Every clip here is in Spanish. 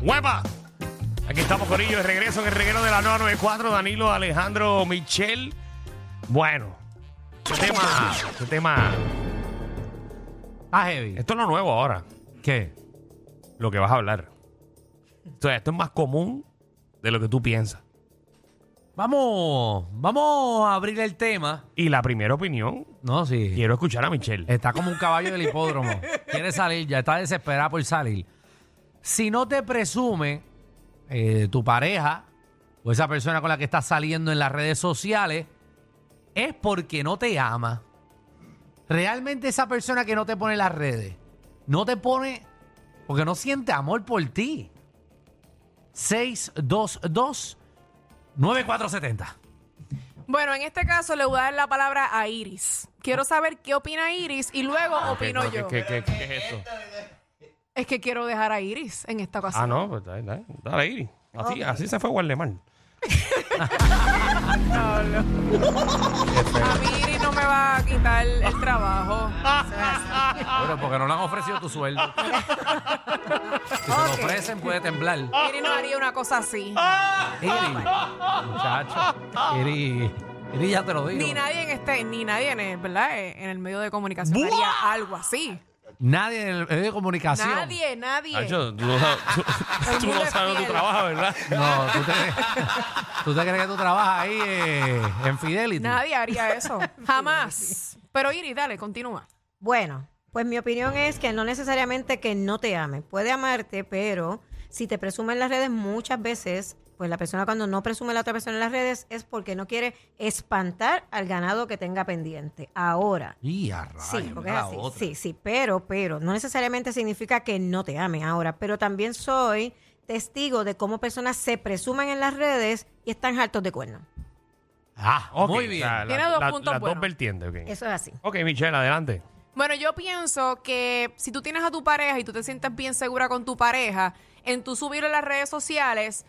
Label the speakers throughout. Speaker 1: ¡Huepa! Aquí estamos con ellos, de regreso en el reguero de la 994, Danilo Alejandro Michel. Bueno, este tema, este tema,
Speaker 2: Ah, heavy.
Speaker 1: esto es lo nuevo ahora. ¿Qué? Lo que vas a hablar. O sea, esto es más común de lo que tú piensas.
Speaker 2: Vamos, vamos a abrir el tema.
Speaker 1: Y la primera opinión,
Speaker 2: No, sí.
Speaker 1: quiero escuchar a Michelle.
Speaker 3: Eh,
Speaker 2: Está como un caballo del hipódromo. Quiere salir, ya está desesperada por salir. Si no te presume eh, tu pareja o esa persona con la que estás saliendo en las redes sociales, es porque no te ama. Realmente esa persona que no te pone en las redes, no te pone porque no siente amor por ti. 622 9470.
Speaker 3: Bueno, en este caso le voy a dar la palabra a Iris. Quiero saber qué opina Iris y luego opino
Speaker 1: ¿Qué,
Speaker 3: yo.
Speaker 1: qué- qué- qué es esto?
Speaker 3: Es que quiero dejar a Iris en esta ocasión.
Speaker 1: Ah, no, pues dale, dale, dale, Iri. Así, así se fue Guardemar.
Speaker 3: A mí Iris no me va a quitar el trabajo.
Speaker 2: Bueno, porque no le han ofrecido tu sueldo. si se
Speaker 3: Ok.
Speaker 2: lo ofrecen, puede temblar.
Speaker 3: Iris no haría una cosa así.
Speaker 2: Iri, muchacho. Iri, Iri, ya te lo digo.
Speaker 3: Ni nadie en este, ni nadie en el, ¿verdad? Eh, en el medio de comunicación haría algo así.
Speaker 2: Nadie en el medio de comunicación.
Speaker 3: Nadie, nadie.
Speaker 1: Nacho, tú no sabes, tú- tú
Speaker 3: mundo
Speaker 1: no
Speaker 3: es
Speaker 1: sabes tu
Speaker 3: fiel.
Speaker 1: trabajo, ¿verdad?
Speaker 2: No, ¿tú te, crees, tú te crees que tú trabajas ahí eh, en Fidelity.
Speaker 3: Nadie haría eso. Jamás. Pero Iris, dale, continúa.
Speaker 4: Bueno, pues mi opinión es que no necesariamente que no te ame. Puede amarte, pero si te presume en las redes muchas veces, pues la persona cuando no presume a la otra persona en las redes es porque no quiere espantar al ganado que tenga pendiente. Ahora.
Speaker 2: Y a rayos,
Speaker 4: Sí, porque
Speaker 2: mira
Speaker 4: es
Speaker 2: la
Speaker 4: así.
Speaker 2: otra.
Speaker 4: Sí, sí, pero, pero, no necesariamente significa que no te amen ahora, pero también soy testigo de cómo personas se presumen en las redes y están hartos de cuernos.
Speaker 2: Ah,
Speaker 1: Ok,
Speaker 2: muy
Speaker 1: o
Speaker 2: bien.
Speaker 1: sea,
Speaker 3: Tiene
Speaker 1: la-
Speaker 3: dos
Speaker 1: la-
Speaker 3: puntos
Speaker 1: Las dos
Speaker 3: buenos.
Speaker 1: vertientes, ok.
Speaker 4: Eso es así.
Speaker 1: Ok, Michelle, adelante.
Speaker 3: Bueno, yo pienso que si tú tienes a tu pareja y tú te sientes bien segura con tu pareja, en tu subir a las redes sociales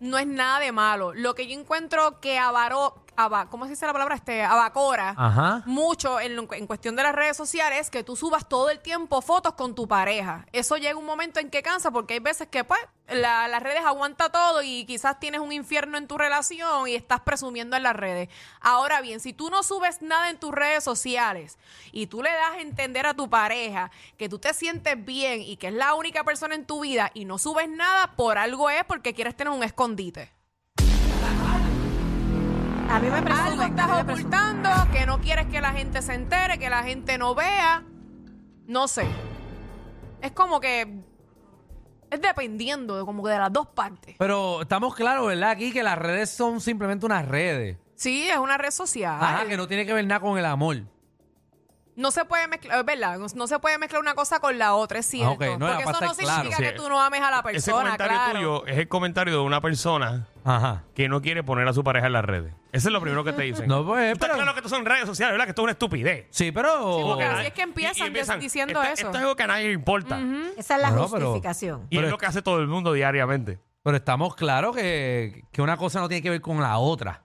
Speaker 3: no es nada de malo. Lo que yo encuentro que avaró, ava- ¿cómo se dice la palabra? Este, abacora
Speaker 2: Ajá.
Speaker 3: mucho en, lo- en cuestión de las redes sociales es que tú subas todo el tiempo fotos con tu pareja. Eso llega un momento en que cansa porque hay veces que pues la- las redes aguanta todo y quizás tienes un infierno en tu relación y estás presumiendo en las redes. Ahora bien, si tú no subes nada en tus redes sociales y tú le das a entender a tu pareja que tú te sientes bien y que es la única persona en tu vida y no subes nada, por algo es porque quieres tener un escondite.
Speaker 4: A mí me presumen.
Speaker 3: Algo
Speaker 4: a mí
Speaker 3: estás
Speaker 4: me presumen.
Speaker 3: ocultando que no quieres que la gente se entere, que la gente no vea. No sé. Es como que. Es dependiendo de como que de las dos partes.
Speaker 2: Pero estamos claros, ¿verdad? Aquí que las redes son simplemente unas redes.
Speaker 3: Sí, es una red social.
Speaker 2: Ajá, que no tiene que ver nada con el amor.
Speaker 3: No se puede mezclar, es verdad, no, no se puede mezclar una cosa con la otra, es cierto.
Speaker 2: ok, no, era
Speaker 3: porque
Speaker 2: para
Speaker 3: eso no
Speaker 2: estar claro.
Speaker 3: significa
Speaker 1: Sí.
Speaker 3: que tú no ames a la persona,
Speaker 1: Ese comentario
Speaker 3: claro.
Speaker 1: tuyo es el comentario de una persona
Speaker 2: Ajá.
Speaker 1: que no quiere poner a su pareja en las redes. Eso es lo primero que te dicen.
Speaker 2: No, pues,
Speaker 1: Está
Speaker 2: pero-
Speaker 1: claro que esto son redes sociales, ¿verdad? Que esto es una estupidez. Oh.
Speaker 2: Sí, pero.
Speaker 3: Sí, porque
Speaker 1: Porque
Speaker 3: así
Speaker 1: nadie-
Speaker 3: es que empiezan des- diciendo
Speaker 1: "Esta-
Speaker 3: eso".
Speaker 1: Esto es algo que a nadie le importa.
Speaker 4: Esa es la
Speaker 2: Bueno, pero-
Speaker 4: justificación.
Speaker 1: Y
Speaker 2: Pero
Speaker 1: es
Speaker 2: es-
Speaker 1: lo que hace todo el mundo diariamente.
Speaker 2: Pero estamos claros que, que una cosa no tiene que ver con la otra.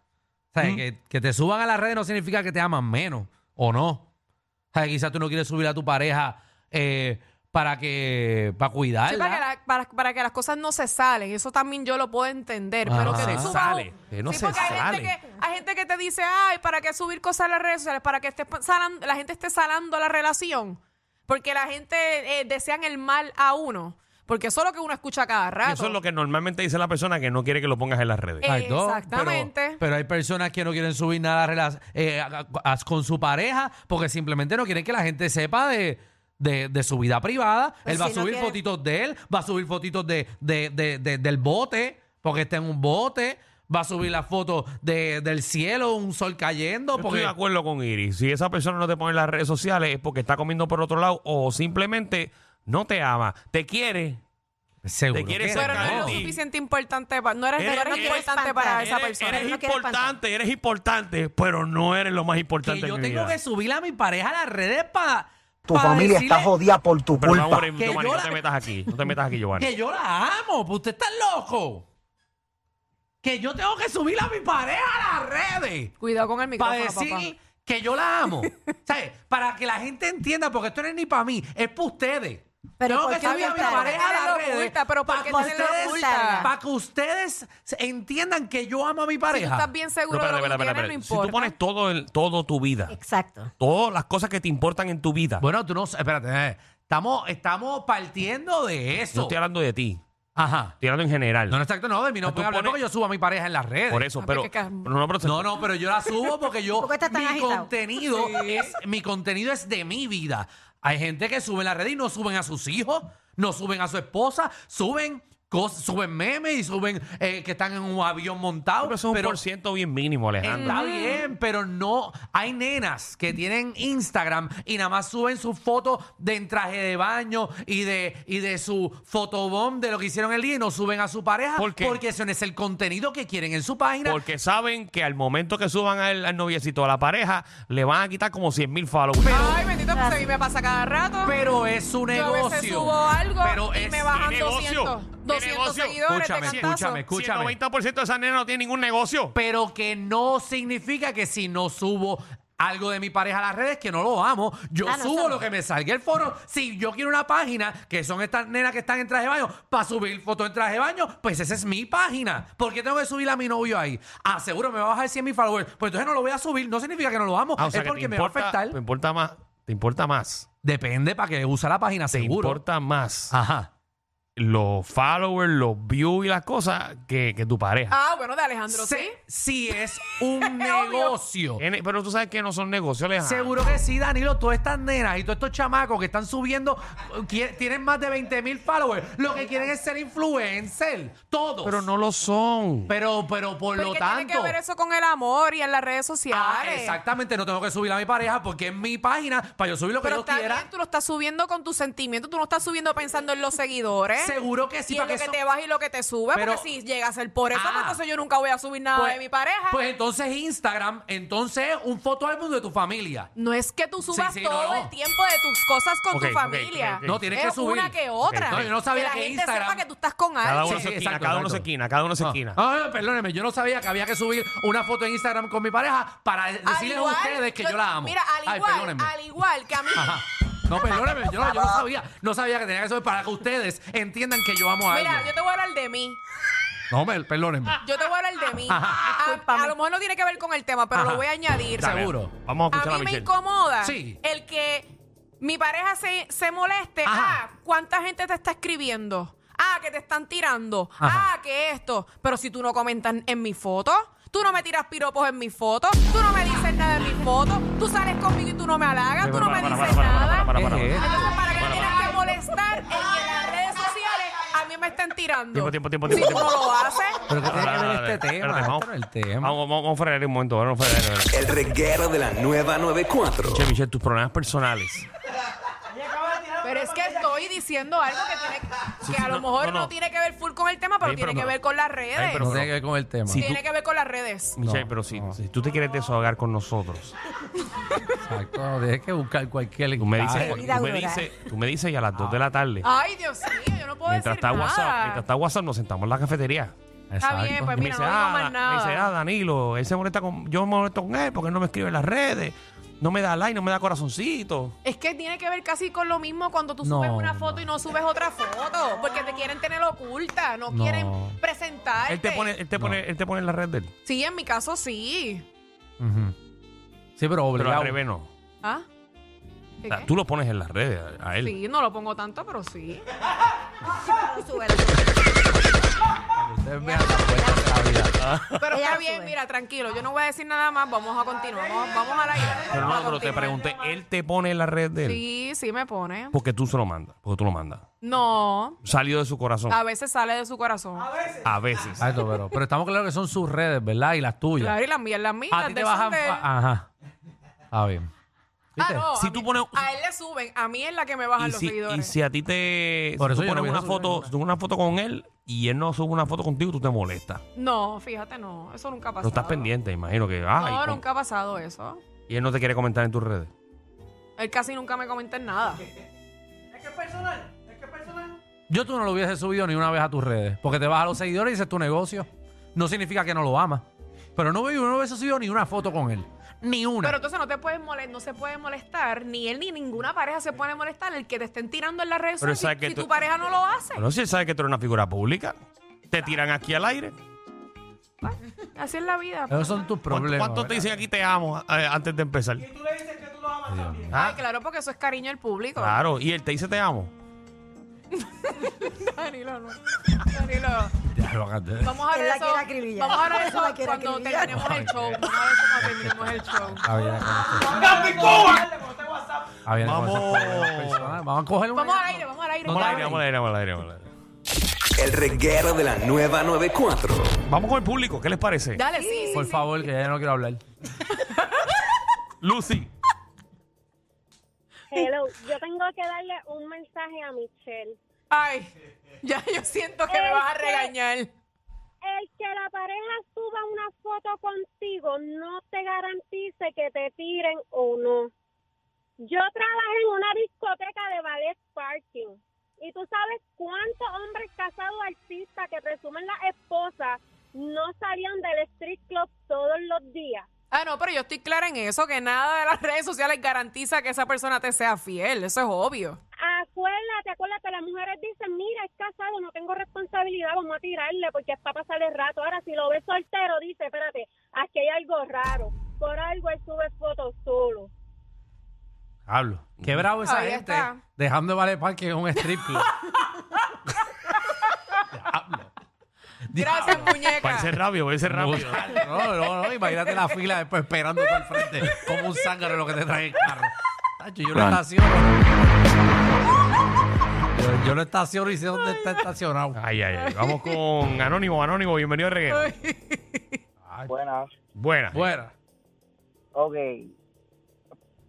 Speaker 2: O sea, que, que te suban a las redes no significa que te aman menos, o no. O sea, quizás tú no quieres subir a tu pareja eh, para que para cuidarla.
Speaker 3: Sí, para, que la- para- para que las cosas no se salen, eso también yo lo puedo entender.
Speaker 2: Ah,
Speaker 3: pero
Speaker 2: no
Speaker 3: que
Speaker 2: se
Speaker 3: tú subas-
Speaker 1: sale, que no
Speaker 3: Sí,
Speaker 1: se
Speaker 3: porque hay
Speaker 1: sale.
Speaker 3: Gente que, hay gente que te dice, ay, ¿para qué subir cosas en las redes sociales? Para que estés salan- la gente esté salando la relación. Porque la gente eh, desean el mal a uno. Porque eso es lo que uno escucha cada rato.
Speaker 1: Eso es lo que normalmente dice la persona que no quiere que lo pongas en las redes.
Speaker 3: Eh,
Speaker 2: Exacto,
Speaker 3: Exactamente.
Speaker 2: Pero, pero hay personas que no quieren subir nada rela- eh, a- a- con su pareja porque simplemente no quieren que la gente sepa de, de- de su vida privada.
Speaker 4: Pues
Speaker 2: él va
Speaker 4: si
Speaker 2: a
Speaker 4: no
Speaker 2: subir
Speaker 4: quiere-
Speaker 2: fotitos de él, va a subir fotitos de, de- de- de- del bote porque está en un bote. Va a subir la foto de- del cielo, un sol cayendo.
Speaker 1: Yo
Speaker 2: Porque...
Speaker 1: Estoy de acuerdo con Iris. Si esa persona no te pone en las redes sociales es porque está comiendo por otro lado o simplemente no te ama, te quiere.
Speaker 2: Seguro.
Speaker 1: Te quiere
Speaker 2: que
Speaker 3: Pero no
Speaker 2: no.
Speaker 3: es lo
Speaker 1: Sí.
Speaker 3: suficiente importante para. No eres, no
Speaker 1: Eres-
Speaker 3: eres
Speaker 1: eres-
Speaker 3: importante para
Speaker 4: eres-
Speaker 3: esa
Speaker 1: eres
Speaker 3: persona.
Speaker 1: eres
Speaker 4: no quiere
Speaker 1: importante, eres importante, pero no eres lo más
Speaker 2: Que
Speaker 1: importante
Speaker 2: yo
Speaker 1: de mi
Speaker 2: tengo
Speaker 1: vida.
Speaker 2: que subir a mi pareja a las redes para.
Speaker 5: Tu familia está jodida por tu
Speaker 1: Pero no,
Speaker 5: culpa.
Speaker 1: hombre,
Speaker 2: Que
Speaker 1: Giovanni,
Speaker 2: yo
Speaker 1: no
Speaker 2: la-
Speaker 1: te metas aquí, no te metas aquí, Giovanni.
Speaker 2: Que yo la amo, pues usted está loco. Que yo tengo que subir a mi pareja a las redes
Speaker 3: Cuidado con el
Speaker 2: para
Speaker 3: micrófono,
Speaker 2: decir
Speaker 3: papá.
Speaker 2: que yo la amo. ¿Sabes? Para que la gente entienda, porque esto no es ni para mí, es para ustedes.
Speaker 4: Pero
Speaker 2: tengo
Speaker 4: ¿por
Speaker 2: que
Speaker 4: qué
Speaker 2: subir a mi
Speaker 4: ocultarla?
Speaker 2: pareja a
Speaker 3: Tenerlo
Speaker 2: las redes
Speaker 3: oculta, pero ¿por
Speaker 2: para
Speaker 3: qué
Speaker 2: que,
Speaker 4: tenerlo
Speaker 2: ustedes,
Speaker 4: oculta?
Speaker 2: para que ustedes entiendan que yo amo a mi
Speaker 3: Si tú
Speaker 2: pareja.
Speaker 3: estás bien seguro
Speaker 1: espérate,
Speaker 3: de lo que
Speaker 1: espérate,
Speaker 3: tú
Speaker 1: espérate,
Speaker 3: tienes, no
Speaker 1: espérate. Si tú
Speaker 3: importa.
Speaker 1: pones todo, el, todo tu vida,
Speaker 4: Exacto.
Speaker 1: todas las cosas que te importan en tu vida,
Speaker 2: Bueno, tú no... Espérate, eh, estamos, estamos partiendo de
Speaker 1: no
Speaker 2: eso.
Speaker 1: estoy hablando de ti,
Speaker 2: Ajá.
Speaker 1: estoy hablando en general.
Speaker 2: No, no, exacto, no, de mí no
Speaker 1: Tú
Speaker 2: puede hablar
Speaker 1: pones-
Speaker 2: porque yo subo a mi pareja en las redes.
Speaker 1: Por eso,
Speaker 3: Ah,
Speaker 1: pero,
Speaker 3: porque ca-
Speaker 1: no, pero-
Speaker 2: No, no, pero yo la subo porque yo
Speaker 4: ¿Por qué estás tan
Speaker 2: mi
Speaker 4: agitado?
Speaker 2: contenido es mi contenido es de mi vida. Hay gente que sube en la red y no suben a sus hijos, no suben a su esposa, suben cosas, suben memes y suben eh, que están en un avión montado,
Speaker 1: pero eso es un por ciento bien mínimo, Alejandro.
Speaker 2: Está bien, pero no. Hay nenas que tienen Instagram y nada más suben sus fotos de en traje de baño y de, y de su fotobomb de lo que hicieron el día y no suben a su pareja
Speaker 1: ¿Por qué?
Speaker 2: porque eso no es el contenido que quieren en su página.
Speaker 1: Porque saben que al momento que suban al, al noviecito a la pareja, le van a quitar como 100 mil followers.
Speaker 3: Ay, bendito, pues a mí me pasa cada rato.
Speaker 2: Pero es su
Speaker 3: Yo a
Speaker 2: negocio.
Speaker 3: veces subo algo
Speaker 2: Pero
Speaker 3: y
Speaker 2: es-
Speaker 3: me bajan
Speaker 1: ¿Qué negocio?
Speaker 3: 200,
Speaker 1: ¿Qué
Speaker 3: 200
Speaker 1: negocio?
Speaker 3: seguidores
Speaker 2: Escúchame,
Speaker 3: de cantazo.
Speaker 2: escúchame, escúchame.
Speaker 1: Si el 90% de esa nena no tiene ningún negocio.
Speaker 2: Pero que no significa que si no subo algo de mi pareja a las redes, que no lo amo. Yo
Speaker 4: Ah, no,
Speaker 2: subo
Speaker 4: eso no.
Speaker 2: lo que me salga el foro. Si yo quiero una página, que son estas nenas que están en traje de baño, para subir fotos en traje de baño, pues esa es mi página. ¿Por qué tengo que subir a mi novio ahí? Ah, seguro me va a bajar 100 mil followers. Pues entonces no lo voy a subir. No significa que no lo amo.
Speaker 1: Ah, o sea que
Speaker 2: es
Speaker 1: te
Speaker 2: porque me va a
Speaker 1: importa- pues.
Speaker 2: afectar.
Speaker 1: Te importa más. Te importa más.
Speaker 2: Depende para que usa la página,
Speaker 1: Te
Speaker 2: seguro. Ah.
Speaker 1: importa más
Speaker 2: Ajá.
Speaker 1: los followers, los views y las cosas que, que tu pareja.
Speaker 3: Ah, bueno, de Alejandro, sí.
Speaker 2: Sí, sí es un negocio.
Speaker 1: En- Pero tú sabes que no son negocios, Alejandro.
Speaker 2: Ah. Seguro que sí, Danilo. Todas estas nenas y todos estos chamacos que están subiendo eh, quie- tienen más de 20 mil followers. Lo que quieren es ser influencer. Todos.
Speaker 1: Pero no lo son.
Speaker 2: Pero, pero por
Speaker 3: Pero
Speaker 2: lo
Speaker 3: ¿qué tiene
Speaker 2: tanto.
Speaker 3: que ver eso con el amor y en las redes
Speaker 2: Ah,
Speaker 3: sociales?
Speaker 2: exactamente, no tengo que subir a mi pareja porque es mi página para yo subir lo que
Speaker 3: Pero
Speaker 2: yo
Speaker 3: está
Speaker 2: quiera.
Speaker 3: bien, tú lo estás subiendo con tus sentimientos, tú no estás subiendo pensando en los seguidores.
Speaker 2: Seguro que sí,
Speaker 3: Y en
Speaker 2: para
Speaker 3: lo
Speaker 2: que
Speaker 3: que
Speaker 2: eso-
Speaker 3: te baja y lo que te sube,
Speaker 2: Pero-
Speaker 3: porque si llega a ser por eso,
Speaker 2: Ah.
Speaker 3: pues entonces yo nunca voy a subir nada de mi pareja.
Speaker 2: Pues entonces Instagram, entonces un fotoálbum de tu familia.
Speaker 3: no es que tú subas
Speaker 2: sí,
Speaker 3: todo
Speaker 2: no.
Speaker 3: el tiempo de tus cosas con
Speaker 1: Ok, ok,
Speaker 3: tu familia.
Speaker 1: ok, ok.
Speaker 2: No, tienes
Speaker 3: es
Speaker 2: que subir.
Speaker 3: una que otra.
Speaker 1: Ok, ok. No,
Speaker 2: yo no sabía que
Speaker 3: la gente
Speaker 2: Instagram-
Speaker 3: sepa que tú estás con alguien.
Speaker 1: Cada uno
Speaker 2: Sí,
Speaker 1: se esquina,
Speaker 2: exacto,
Speaker 1: cada uno se
Speaker 2: exacto.
Speaker 1: esquina, cada uno se esquina.
Speaker 2: Ah, perdóneme, yo no sabía que había que subir una foto en Instagram con mi pareja para
Speaker 3: Al
Speaker 2: decirles
Speaker 3: igual,
Speaker 2: a ustedes que yo, la amo.
Speaker 3: Mira, al
Speaker 2: Ay,
Speaker 3: igual,
Speaker 2: perdónenme.
Speaker 3: al igual que a mí.
Speaker 2: Ajá. No, perdóneme, yo no, yo no sabía, no sabía que tenía que subir para que ustedes entiendan que yo amo a
Speaker 3: Mira, yo Ah.
Speaker 2: alguien.
Speaker 3: te voy a hablar de mí.
Speaker 2: No, me- perdónenme.
Speaker 3: Yo te voy a hablar de mí.
Speaker 2: Ajá.
Speaker 3: A, a lo mejor no tiene que ver con el tema, pero
Speaker 2: Ajá.
Speaker 3: lo voy a añadir.
Speaker 2: Dale. seguro.
Speaker 1: Vamos a
Speaker 3: A
Speaker 1: escuchar a,
Speaker 3: mí me
Speaker 1: Michelle.
Speaker 3: incomoda
Speaker 2: Sí.
Speaker 3: el que mi pareja se, se moleste.
Speaker 2: Ajá.
Speaker 3: Ah, ¿cuánta gente te está escribiendo? Ah, que te están tirando.
Speaker 2: Ajá.
Speaker 3: Ah, que esto. Pero si tú no comentas en mi foto, tú no me tiras piropos en mi foto, tú no me dices nada en mi foto, tú sales conmigo y tú no me halagas, tú no
Speaker 1: Para,
Speaker 3: me
Speaker 1: para, para,
Speaker 3: dices
Speaker 1: para, para,
Speaker 3: nada.
Speaker 1: para, para,
Speaker 2: ¿Qué es
Speaker 1: para.
Speaker 3: Entonces, ¿para qué tienes que molestar en que las redes sociales a mí me estén tirando?
Speaker 1: Tiempo, tiempo, tiempo,
Speaker 3: Si
Speaker 1: tiempo,
Speaker 3: tú no
Speaker 1: tiempo.
Speaker 3: lo haces...
Speaker 2: Pero que tiene que
Speaker 1: Dale,
Speaker 2: ver
Speaker 1: dale,
Speaker 2: este
Speaker 1: dale. Espérate,
Speaker 2: tema. Esto no es el tema.
Speaker 1: Vamos, vamos, vamos a frenar un momento, vamos a frenar, frenar.
Speaker 6: El reguero de la nueva 94.
Speaker 1: Che, Michelle, tus problemas personales.
Speaker 3: Pero es que estoy diciendo algo que tiene que,
Speaker 1: Sí,
Speaker 3: que
Speaker 1: sí,
Speaker 3: a lo
Speaker 1: no,
Speaker 3: mejor
Speaker 1: no,
Speaker 3: no,
Speaker 1: no.
Speaker 3: tiene que ver full con el tema, pero
Speaker 1: Ay, pero
Speaker 3: tiene que
Speaker 1: no.
Speaker 3: ver con las redes.
Speaker 1: Ay, pero-
Speaker 2: No tiene que ver con el tema.
Speaker 1: Si tú-
Speaker 3: tiene que ver con las redes.
Speaker 1: Michelle, pero si, si tú te quieres desahogar con nosotros,
Speaker 2: Exacto, no, tienes que buscar cualquier
Speaker 1: tú me dices,
Speaker 2: encaje.
Speaker 4: vida
Speaker 1: tú me
Speaker 4: aurora.
Speaker 1: dices, tú me dices y a las 2 de la
Speaker 2: Ah.
Speaker 1: tarde,
Speaker 3: Ay, Dios mío, yo no puedo
Speaker 1: mientras
Speaker 3: decir
Speaker 1: está
Speaker 3: nada.
Speaker 1: WhatsApp, mientras está WhatsApp, nos sentamos en la cafetería.
Speaker 3: Está bien,
Speaker 2: Exacto.
Speaker 3: pues
Speaker 1: Y
Speaker 3: mira, no digo
Speaker 1: ah,
Speaker 3: más nada.
Speaker 1: me dice, ah, Danilo, él se molesta con, yo me molesto con él porque él no me escribe en las redes, no me da like, no me da corazoncito.
Speaker 3: Es que tiene que ver casi con lo mismo cuando tú
Speaker 2: No,
Speaker 3: subes una foto
Speaker 2: no.
Speaker 3: y no subes otra foto, porque te quieren tener oculta, no,
Speaker 2: No.
Speaker 3: quieren presentarte.
Speaker 1: Él te pone, él te pone, él te pone en la red de él,
Speaker 3: Sí, en mi caso sí.
Speaker 2: Ujú. Sí, pero
Speaker 1: pero
Speaker 2: obligado.
Speaker 1: al revés no.
Speaker 3: ¿Ah? ¿Qué,
Speaker 1: O sea,
Speaker 3: qué?
Speaker 1: tú lo pones en las redes a, a él.
Speaker 3: Sí, no lo pongo tanto, pero sí.
Speaker 4: Súbelo, súbelo.
Speaker 2: Ustedes vean las vueltas de la vida.
Speaker 3: Pero
Speaker 4: Ella
Speaker 3: está
Speaker 4: lo
Speaker 3: bien,
Speaker 4: sube.
Speaker 3: mira, tranquilo. Yo no voy a decir nada más. Vamos a continuar. Vamos, vamos a la ira.
Speaker 1: Pero
Speaker 3: Vamos
Speaker 1: no, pero
Speaker 3: a
Speaker 1: te
Speaker 3: continuar.
Speaker 1: pregunté, ¿él te pone en la red de él?
Speaker 3: Sí, sí me pone.
Speaker 1: Porque tú se lo mandas, porque tú lo mandas.
Speaker 3: No,
Speaker 1: Salió de su corazón.
Speaker 3: a Ah, veces sale de su corazón.
Speaker 1: A veces.
Speaker 2: Exacto, pero, pero estamos claros que son sus redes, ¿verdad? Y las tuyas.
Speaker 3: Claro, y las mías, las mías.
Speaker 2: a
Speaker 3: las
Speaker 2: ti
Speaker 3: de
Speaker 2: te bajan.
Speaker 3: Sunday.
Speaker 2: fa- Ajá. Está bien.
Speaker 3: Ah,
Speaker 2: ¿Viste?
Speaker 3: no,
Speaker 1: Si
Speaker 3: a
Speaker 1: tú
Speaker 3: mí-
Speaker 1: pones-
Speaker 3: A él le suben, a mí es la que me bajan
Speaker 1: Y
Speaker 3: los
Speaker 1: si, y
Speaker 3: seguidores.
Speaker 1: si a ti te.
Speaker 2: Por
Speaker 1: si
Speaker 2: eso
Speaker 1: tú
Speaker 2: yo
Speaker 1: pones
Speaker 2: no voy a
Speaker 1: una
Speaker 2: subir
Speaker 1: foto,
Speaker 2: ninguna.
Speaker 1: tú pones una foto con él y él no sube una foto contigo, tú te molestas.
Speaker 3: Pues No, fíjate, no. Eso nunca ha pasado.
Speaker 1: No estás pendiente, imagino que. Ay,
Speaker 3: No,
Speaker 1: con-
Speaker 3: nunca ha pasado eso.
Speaker 1: Y él no te quiere comentar en tus redes.
Speaker 3: Él casi nunca me comenta en nada.
Speaker 2: Yo tú no lo hubiese subido ni una vez a tus redes. Porque te vas a los seguidores y dices tu negocio. No significa que no lo amas. Pero no, yo no hubiese subido ni una foto con él. Ni una.
Speaker 3: Pero entonces no te puedes molestar, no se puede molestar, ni él ni ninguna pareja se puede molestar. El que te estén tirando en las redes
Speaker 1: Pero
Speaker 3: sociales,
Speaker 1: sabes
Speaker 3: si,
Speaker 1: que
Speaker 3: si
Speaker 1: tú-
Speaker 3: tu pareja no lo hace.
Speaker 1: Pero si él sabe que tú eres una figura pública, te tiran aquí al aire.
Speaker 3: Así es la vida.
Speaker 2: Esos son tus
Speaker 1: ¿Cuánto-
Speaker 2: problemas.
Speaker 1: ¿Cuánto te dicen aquí te amo eh, antes de empezar?
Speaker 3: Ay, claro, porque eso es cariño del público.
Speaker 1: Claro, y él te dice te amo.
Speaker 3: Danilo, no. Danilo.
Speaker 2: ¿verdad?
Speaker 3: Vamos a hablar
Speaker 4: Él
Speaker 3: de
Speaker 4: la
Speaker 3: eso.
Speaker 4: quiere acribillar.
Speaker 3: Vamos a hablar de
Speaker 4: Él la
Speaker 3: eso
Speaker 4: quiere
Speaker 3: cuando
Speaker 4: acribillar.
Speaker 3: terminemos el show. Vamos a hablar de eso cuando terminemos el show.
Speaker 2: Había
Speaker 1: ¡Ah!
Speaker 2: había que
Speaker 1: Vamos.
Speaker 2: conocer problemas personales. Vamos a coger una.
Speaker 3: Vamos al aire, vamos al aire.
Speaker 1: Vamos al aire, vamos al aire, vamos al aire, vamos al aire.
Speaker 6: El reguero de la nueva 94.
Speaker 1: Vamos con el público, ¿qué les parece?
Speaker 3: Dale, sí, sí.
Speaker 2: Por
Speaker 3: sí.
Speaker 2: favor, que ya no quiero hablar.
Speaker 1: Lucy.
Speaker 7: Hello, yo tengo que darle un mensaje a Michelle.
Speaker 3: Ay, ya yo siento que me vas a
Speaker 4: Este.
Speaker 3: regañar.
Speaker 7: El que la pareja suba una foto contigo no te garantice que te tiren o no. Yo trabajé en una discoteca de ballet parking y tú sabes cuántos hombres casados artistas que presumen las esposas no salían del street club todos los días.
Speaker 3: Ah, no, pero yo estoy clara en eso, que nada de las redes sociales garantiza que esa persona te sea fiel, eso es obvio.
Speaker 7: Acuérdate, acuérdate, las mujeres dicen, mira, es casado, no tengo responsabilidad, vamos a tirarle porque es para pasarle rato. Ahora, si lo ves soltero, dice, espérate, aquí hay algo raro. Por algo él sube fotos solo.
Speaker 2: Hablo. Qué bravo esa
Speaker 3: Ahí
Speaker 2: gente.
Speaker 3: está.
Speaker 2: Dejando de Vale Parque en un strip club. Diablo.
Speaker 3: Gracias,
Speaker 1: Para
Speaker 3: muñeca.
Speaker 1: ser rápido, voy a ser rápido.
Speaker 2: No, no, no, imagínate la fila después esperando por el frente como un zángano lo que te trae el carro. Tacho, yo lo
Speaker 6: Juan.
Speaker 2: estaciono. Yo, yo lo estaciono y sé dónde está estacionado.
Speaker 1: Ay, ay, ay. Vamos con Anónimo, Anónimo, bienvenido al reguero.
Speaker 8: Buenas.
Speaker 1: Buena.
Speaker 2: Bueno,
Speaker 8: Ok.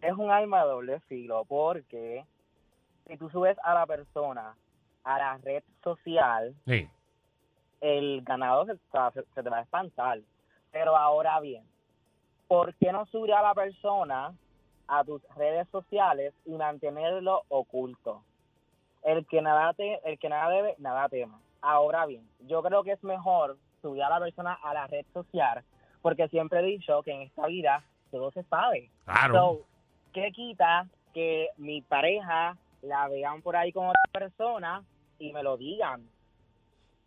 Speaker 8: Es un arma de doble filo porque si tú subes a la persona a la red social,
Speaker 1: Sí.
Speaker 8: el ganado se, se- se te va a espantar. Pero ahora bien, ¿por qué no subir a la persona a tus redes sociales y mantenerlo oculto? El que nada te, el que nada debe, nada tema. Ahora bien, yo creo que es mejor subir a la persona a la red social, porque siempre he dicho que en esta vida todo se sabe.
Speaker 1: Claro.
Speaker 8: So, ¿Qué quita que mi pareja la vean por ahí con otra persona y me lo digan?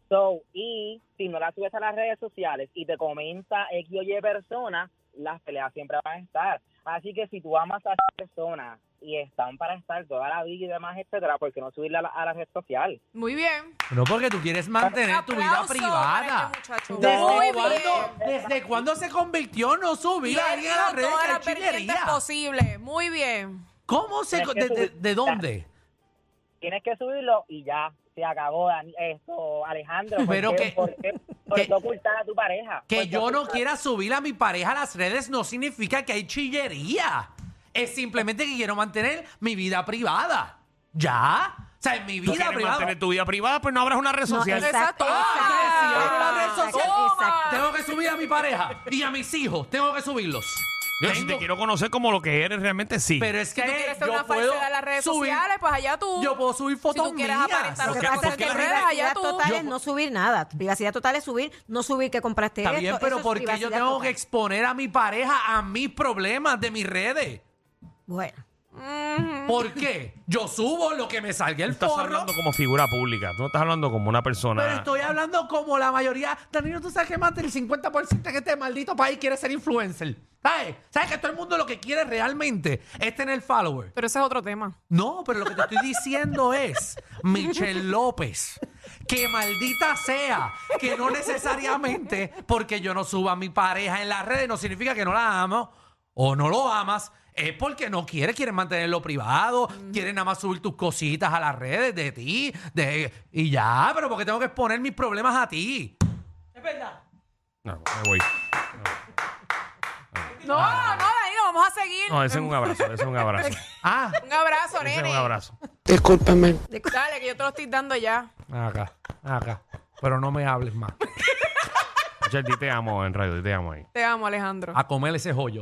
Speaker 8: So, y si no la subes a las redes sociales y te comenta X o Y persona, las peleas siempre van a estar. Así que si tú amas a esa persona y están para estar toda la vida y demás, etcétera, ¿por qué no subirla a la, a la red social?
Speaker 3: Muy bien.
Speaker 2: no porque tú quieres mantener tu vida
Speaker 3: Aplauso para
Speaker 2: privada.
Speaker 3: este muchacho. Muy
Speaker 2: ¿Desde
Speaker 3: bien.
Speaker 2: cuándo, ¿Desde cuándo se convirtió en no subir a alguien a las redes?
Speaker 3: todas
Speaker 2: ¡Qué
Speaker 3: las vertientes
Speaker 2: chinería!
Speaker 3: posibles. Muy bien.
Speaker 2: ¿Cómo se.?
Speaker 8: Es que
Speaker 2: de- de-
Speaker 8: subir-
Speaker 2: ¿De dónde?
Speaker 8: Tienes que subirlo y ya, se acabó Dan- esto, Alejandro. ¿por
Speaker 2: Pero
Speaker 8: qué-
Speaker 2: que-
Speaker 8: ¿Por qué, por
Speaker 2: que-
Speaker 8: qué ocultar a tu pareja? ¿Por
Speaker 2: Que
Speaker 1: Pues
Speaker 8: qué
Speaker 2: yo no
Speaker 8: ocultar?
Speaker 2: quiera subir a mi pareja a las redes no significa que hay chillería. Es simplemente que quiero mantener mi vida privada. ¿Ya? O sea, en mi
Speaker 1: Tú
Speaker 2: vida
Speaker 1: quieres
Speaker 2: privada.
Speaker 1: mantener tu vida privada, pues no abras una red
Speaker 4: No,
Speaker 1: social.
Speaker 3: esa-
Speaker 4: exacto,
Speaker 3: Ah,
Speaker 2: Si abro
Speaker 4: exacto,
Speaker 2: la red
Speaker 4: exacto,
Speaker 2: social,
Speaker 4: exacto.
Speaker 2: Tengo que subir a mi pareja y a mis hijos. Tengo que subirlos.
Speaker 1: Yo, si
Speaker 2: Tengo-
Speaker 1: te quiero conocer como lo que eres realmente, sí.
Speaker 2: Pero es
Speaker 3: Si
Speaker 2: que
Speaker 3: tú quieres hacer
Speaker 2: yo
Speaker 3: una
Speaker 2: puedo
Speaker 3: falsedad en las redes
Speaker 2: subir,
Speaker 3: sociales, pues allá tú.
Speaker 2: yo puedo subir
Speaker 3: Si
Speaker 2: fotos
Speaker 3: tú quieres
Speaker 2: mías.
Speaker 3: aparentar
Speaker 4: Lo que
Speaker 3: otra
Speaker 4: pasa
Speaker 3: cosa
Speaker 4: es
Speaker 3: en
Speaker 4: que
Speaker 3: tus
Speaker 1: porque-
Speaker 3: redes, allá
Speaker 4: privacidad
Speaker 3: tú.
Speaker 4: total es
Speaker 2: Yo-
Speaker 4: no subir nada. Privacidad total es subir, no subir que compraste
Speaker 2: Está bien,
Speaker 4: esto.
Speaker 2: pero
Speaker 4: eso es
Speaker 2: ¿por qué yo
Speaker 4: privacidad
Speaker 2: tengo
Speaker 4: total.
Speaker 2: que exponer a mi pareja a mis problemas de mis redes?
Speaker 4: Bueno,
Speaker 2: ¿Por qué? Yo subo lo que me salga el
Speaker 1: Estás
Speaker 2: forro.
Speaker 1: hablando como figura pública. Tú no estás hablando como una persona.
Speaker 2: Pero estoy hablando como la mayoría. Danilo, tú sabes que más del 50% en este maldito país quiere ser influencer. ¿Sabes? ¿Sabes que todo el mundo lo que quiere realmente es tener followers?
Speaker 3: Pero ese es otro tema.
Speaker 2: No, pero lo que te estoy diciendo es, Michelle López, que maldita sea, que no necesariamente porque yo no suba a mi pareja en las redes no significa que no la amo o no lo amas. Es porque no quieres, quieren mantenerlo privado, quieren nada más subir tus cositas a las redes de ti, de, y ya, pero porque tengo que exponer mis problemas a ti.
Speaker 1: No, me voy.
Speaker 3: No, no, Danilo, vamos a seguir.
Speaker 1: No, ese es un abrazo, ese es un abrazo.
Speaker 2: Ah,
Speaker 3: Un abrazo,
Speaker 1: Ese es
Speaker 3: nene.
Speaker 1: un abrazo.
Speaker 3: Dale, que yo te lo estoy dando ya.
Speaker 2: acá, acá. Pero no me hables más.
Speaker 1: Michelle, di te amo en radio, di te amo ahí.
Speaker 3: Te amo, Alejandro.
Speaker 2: A comer ese joyo.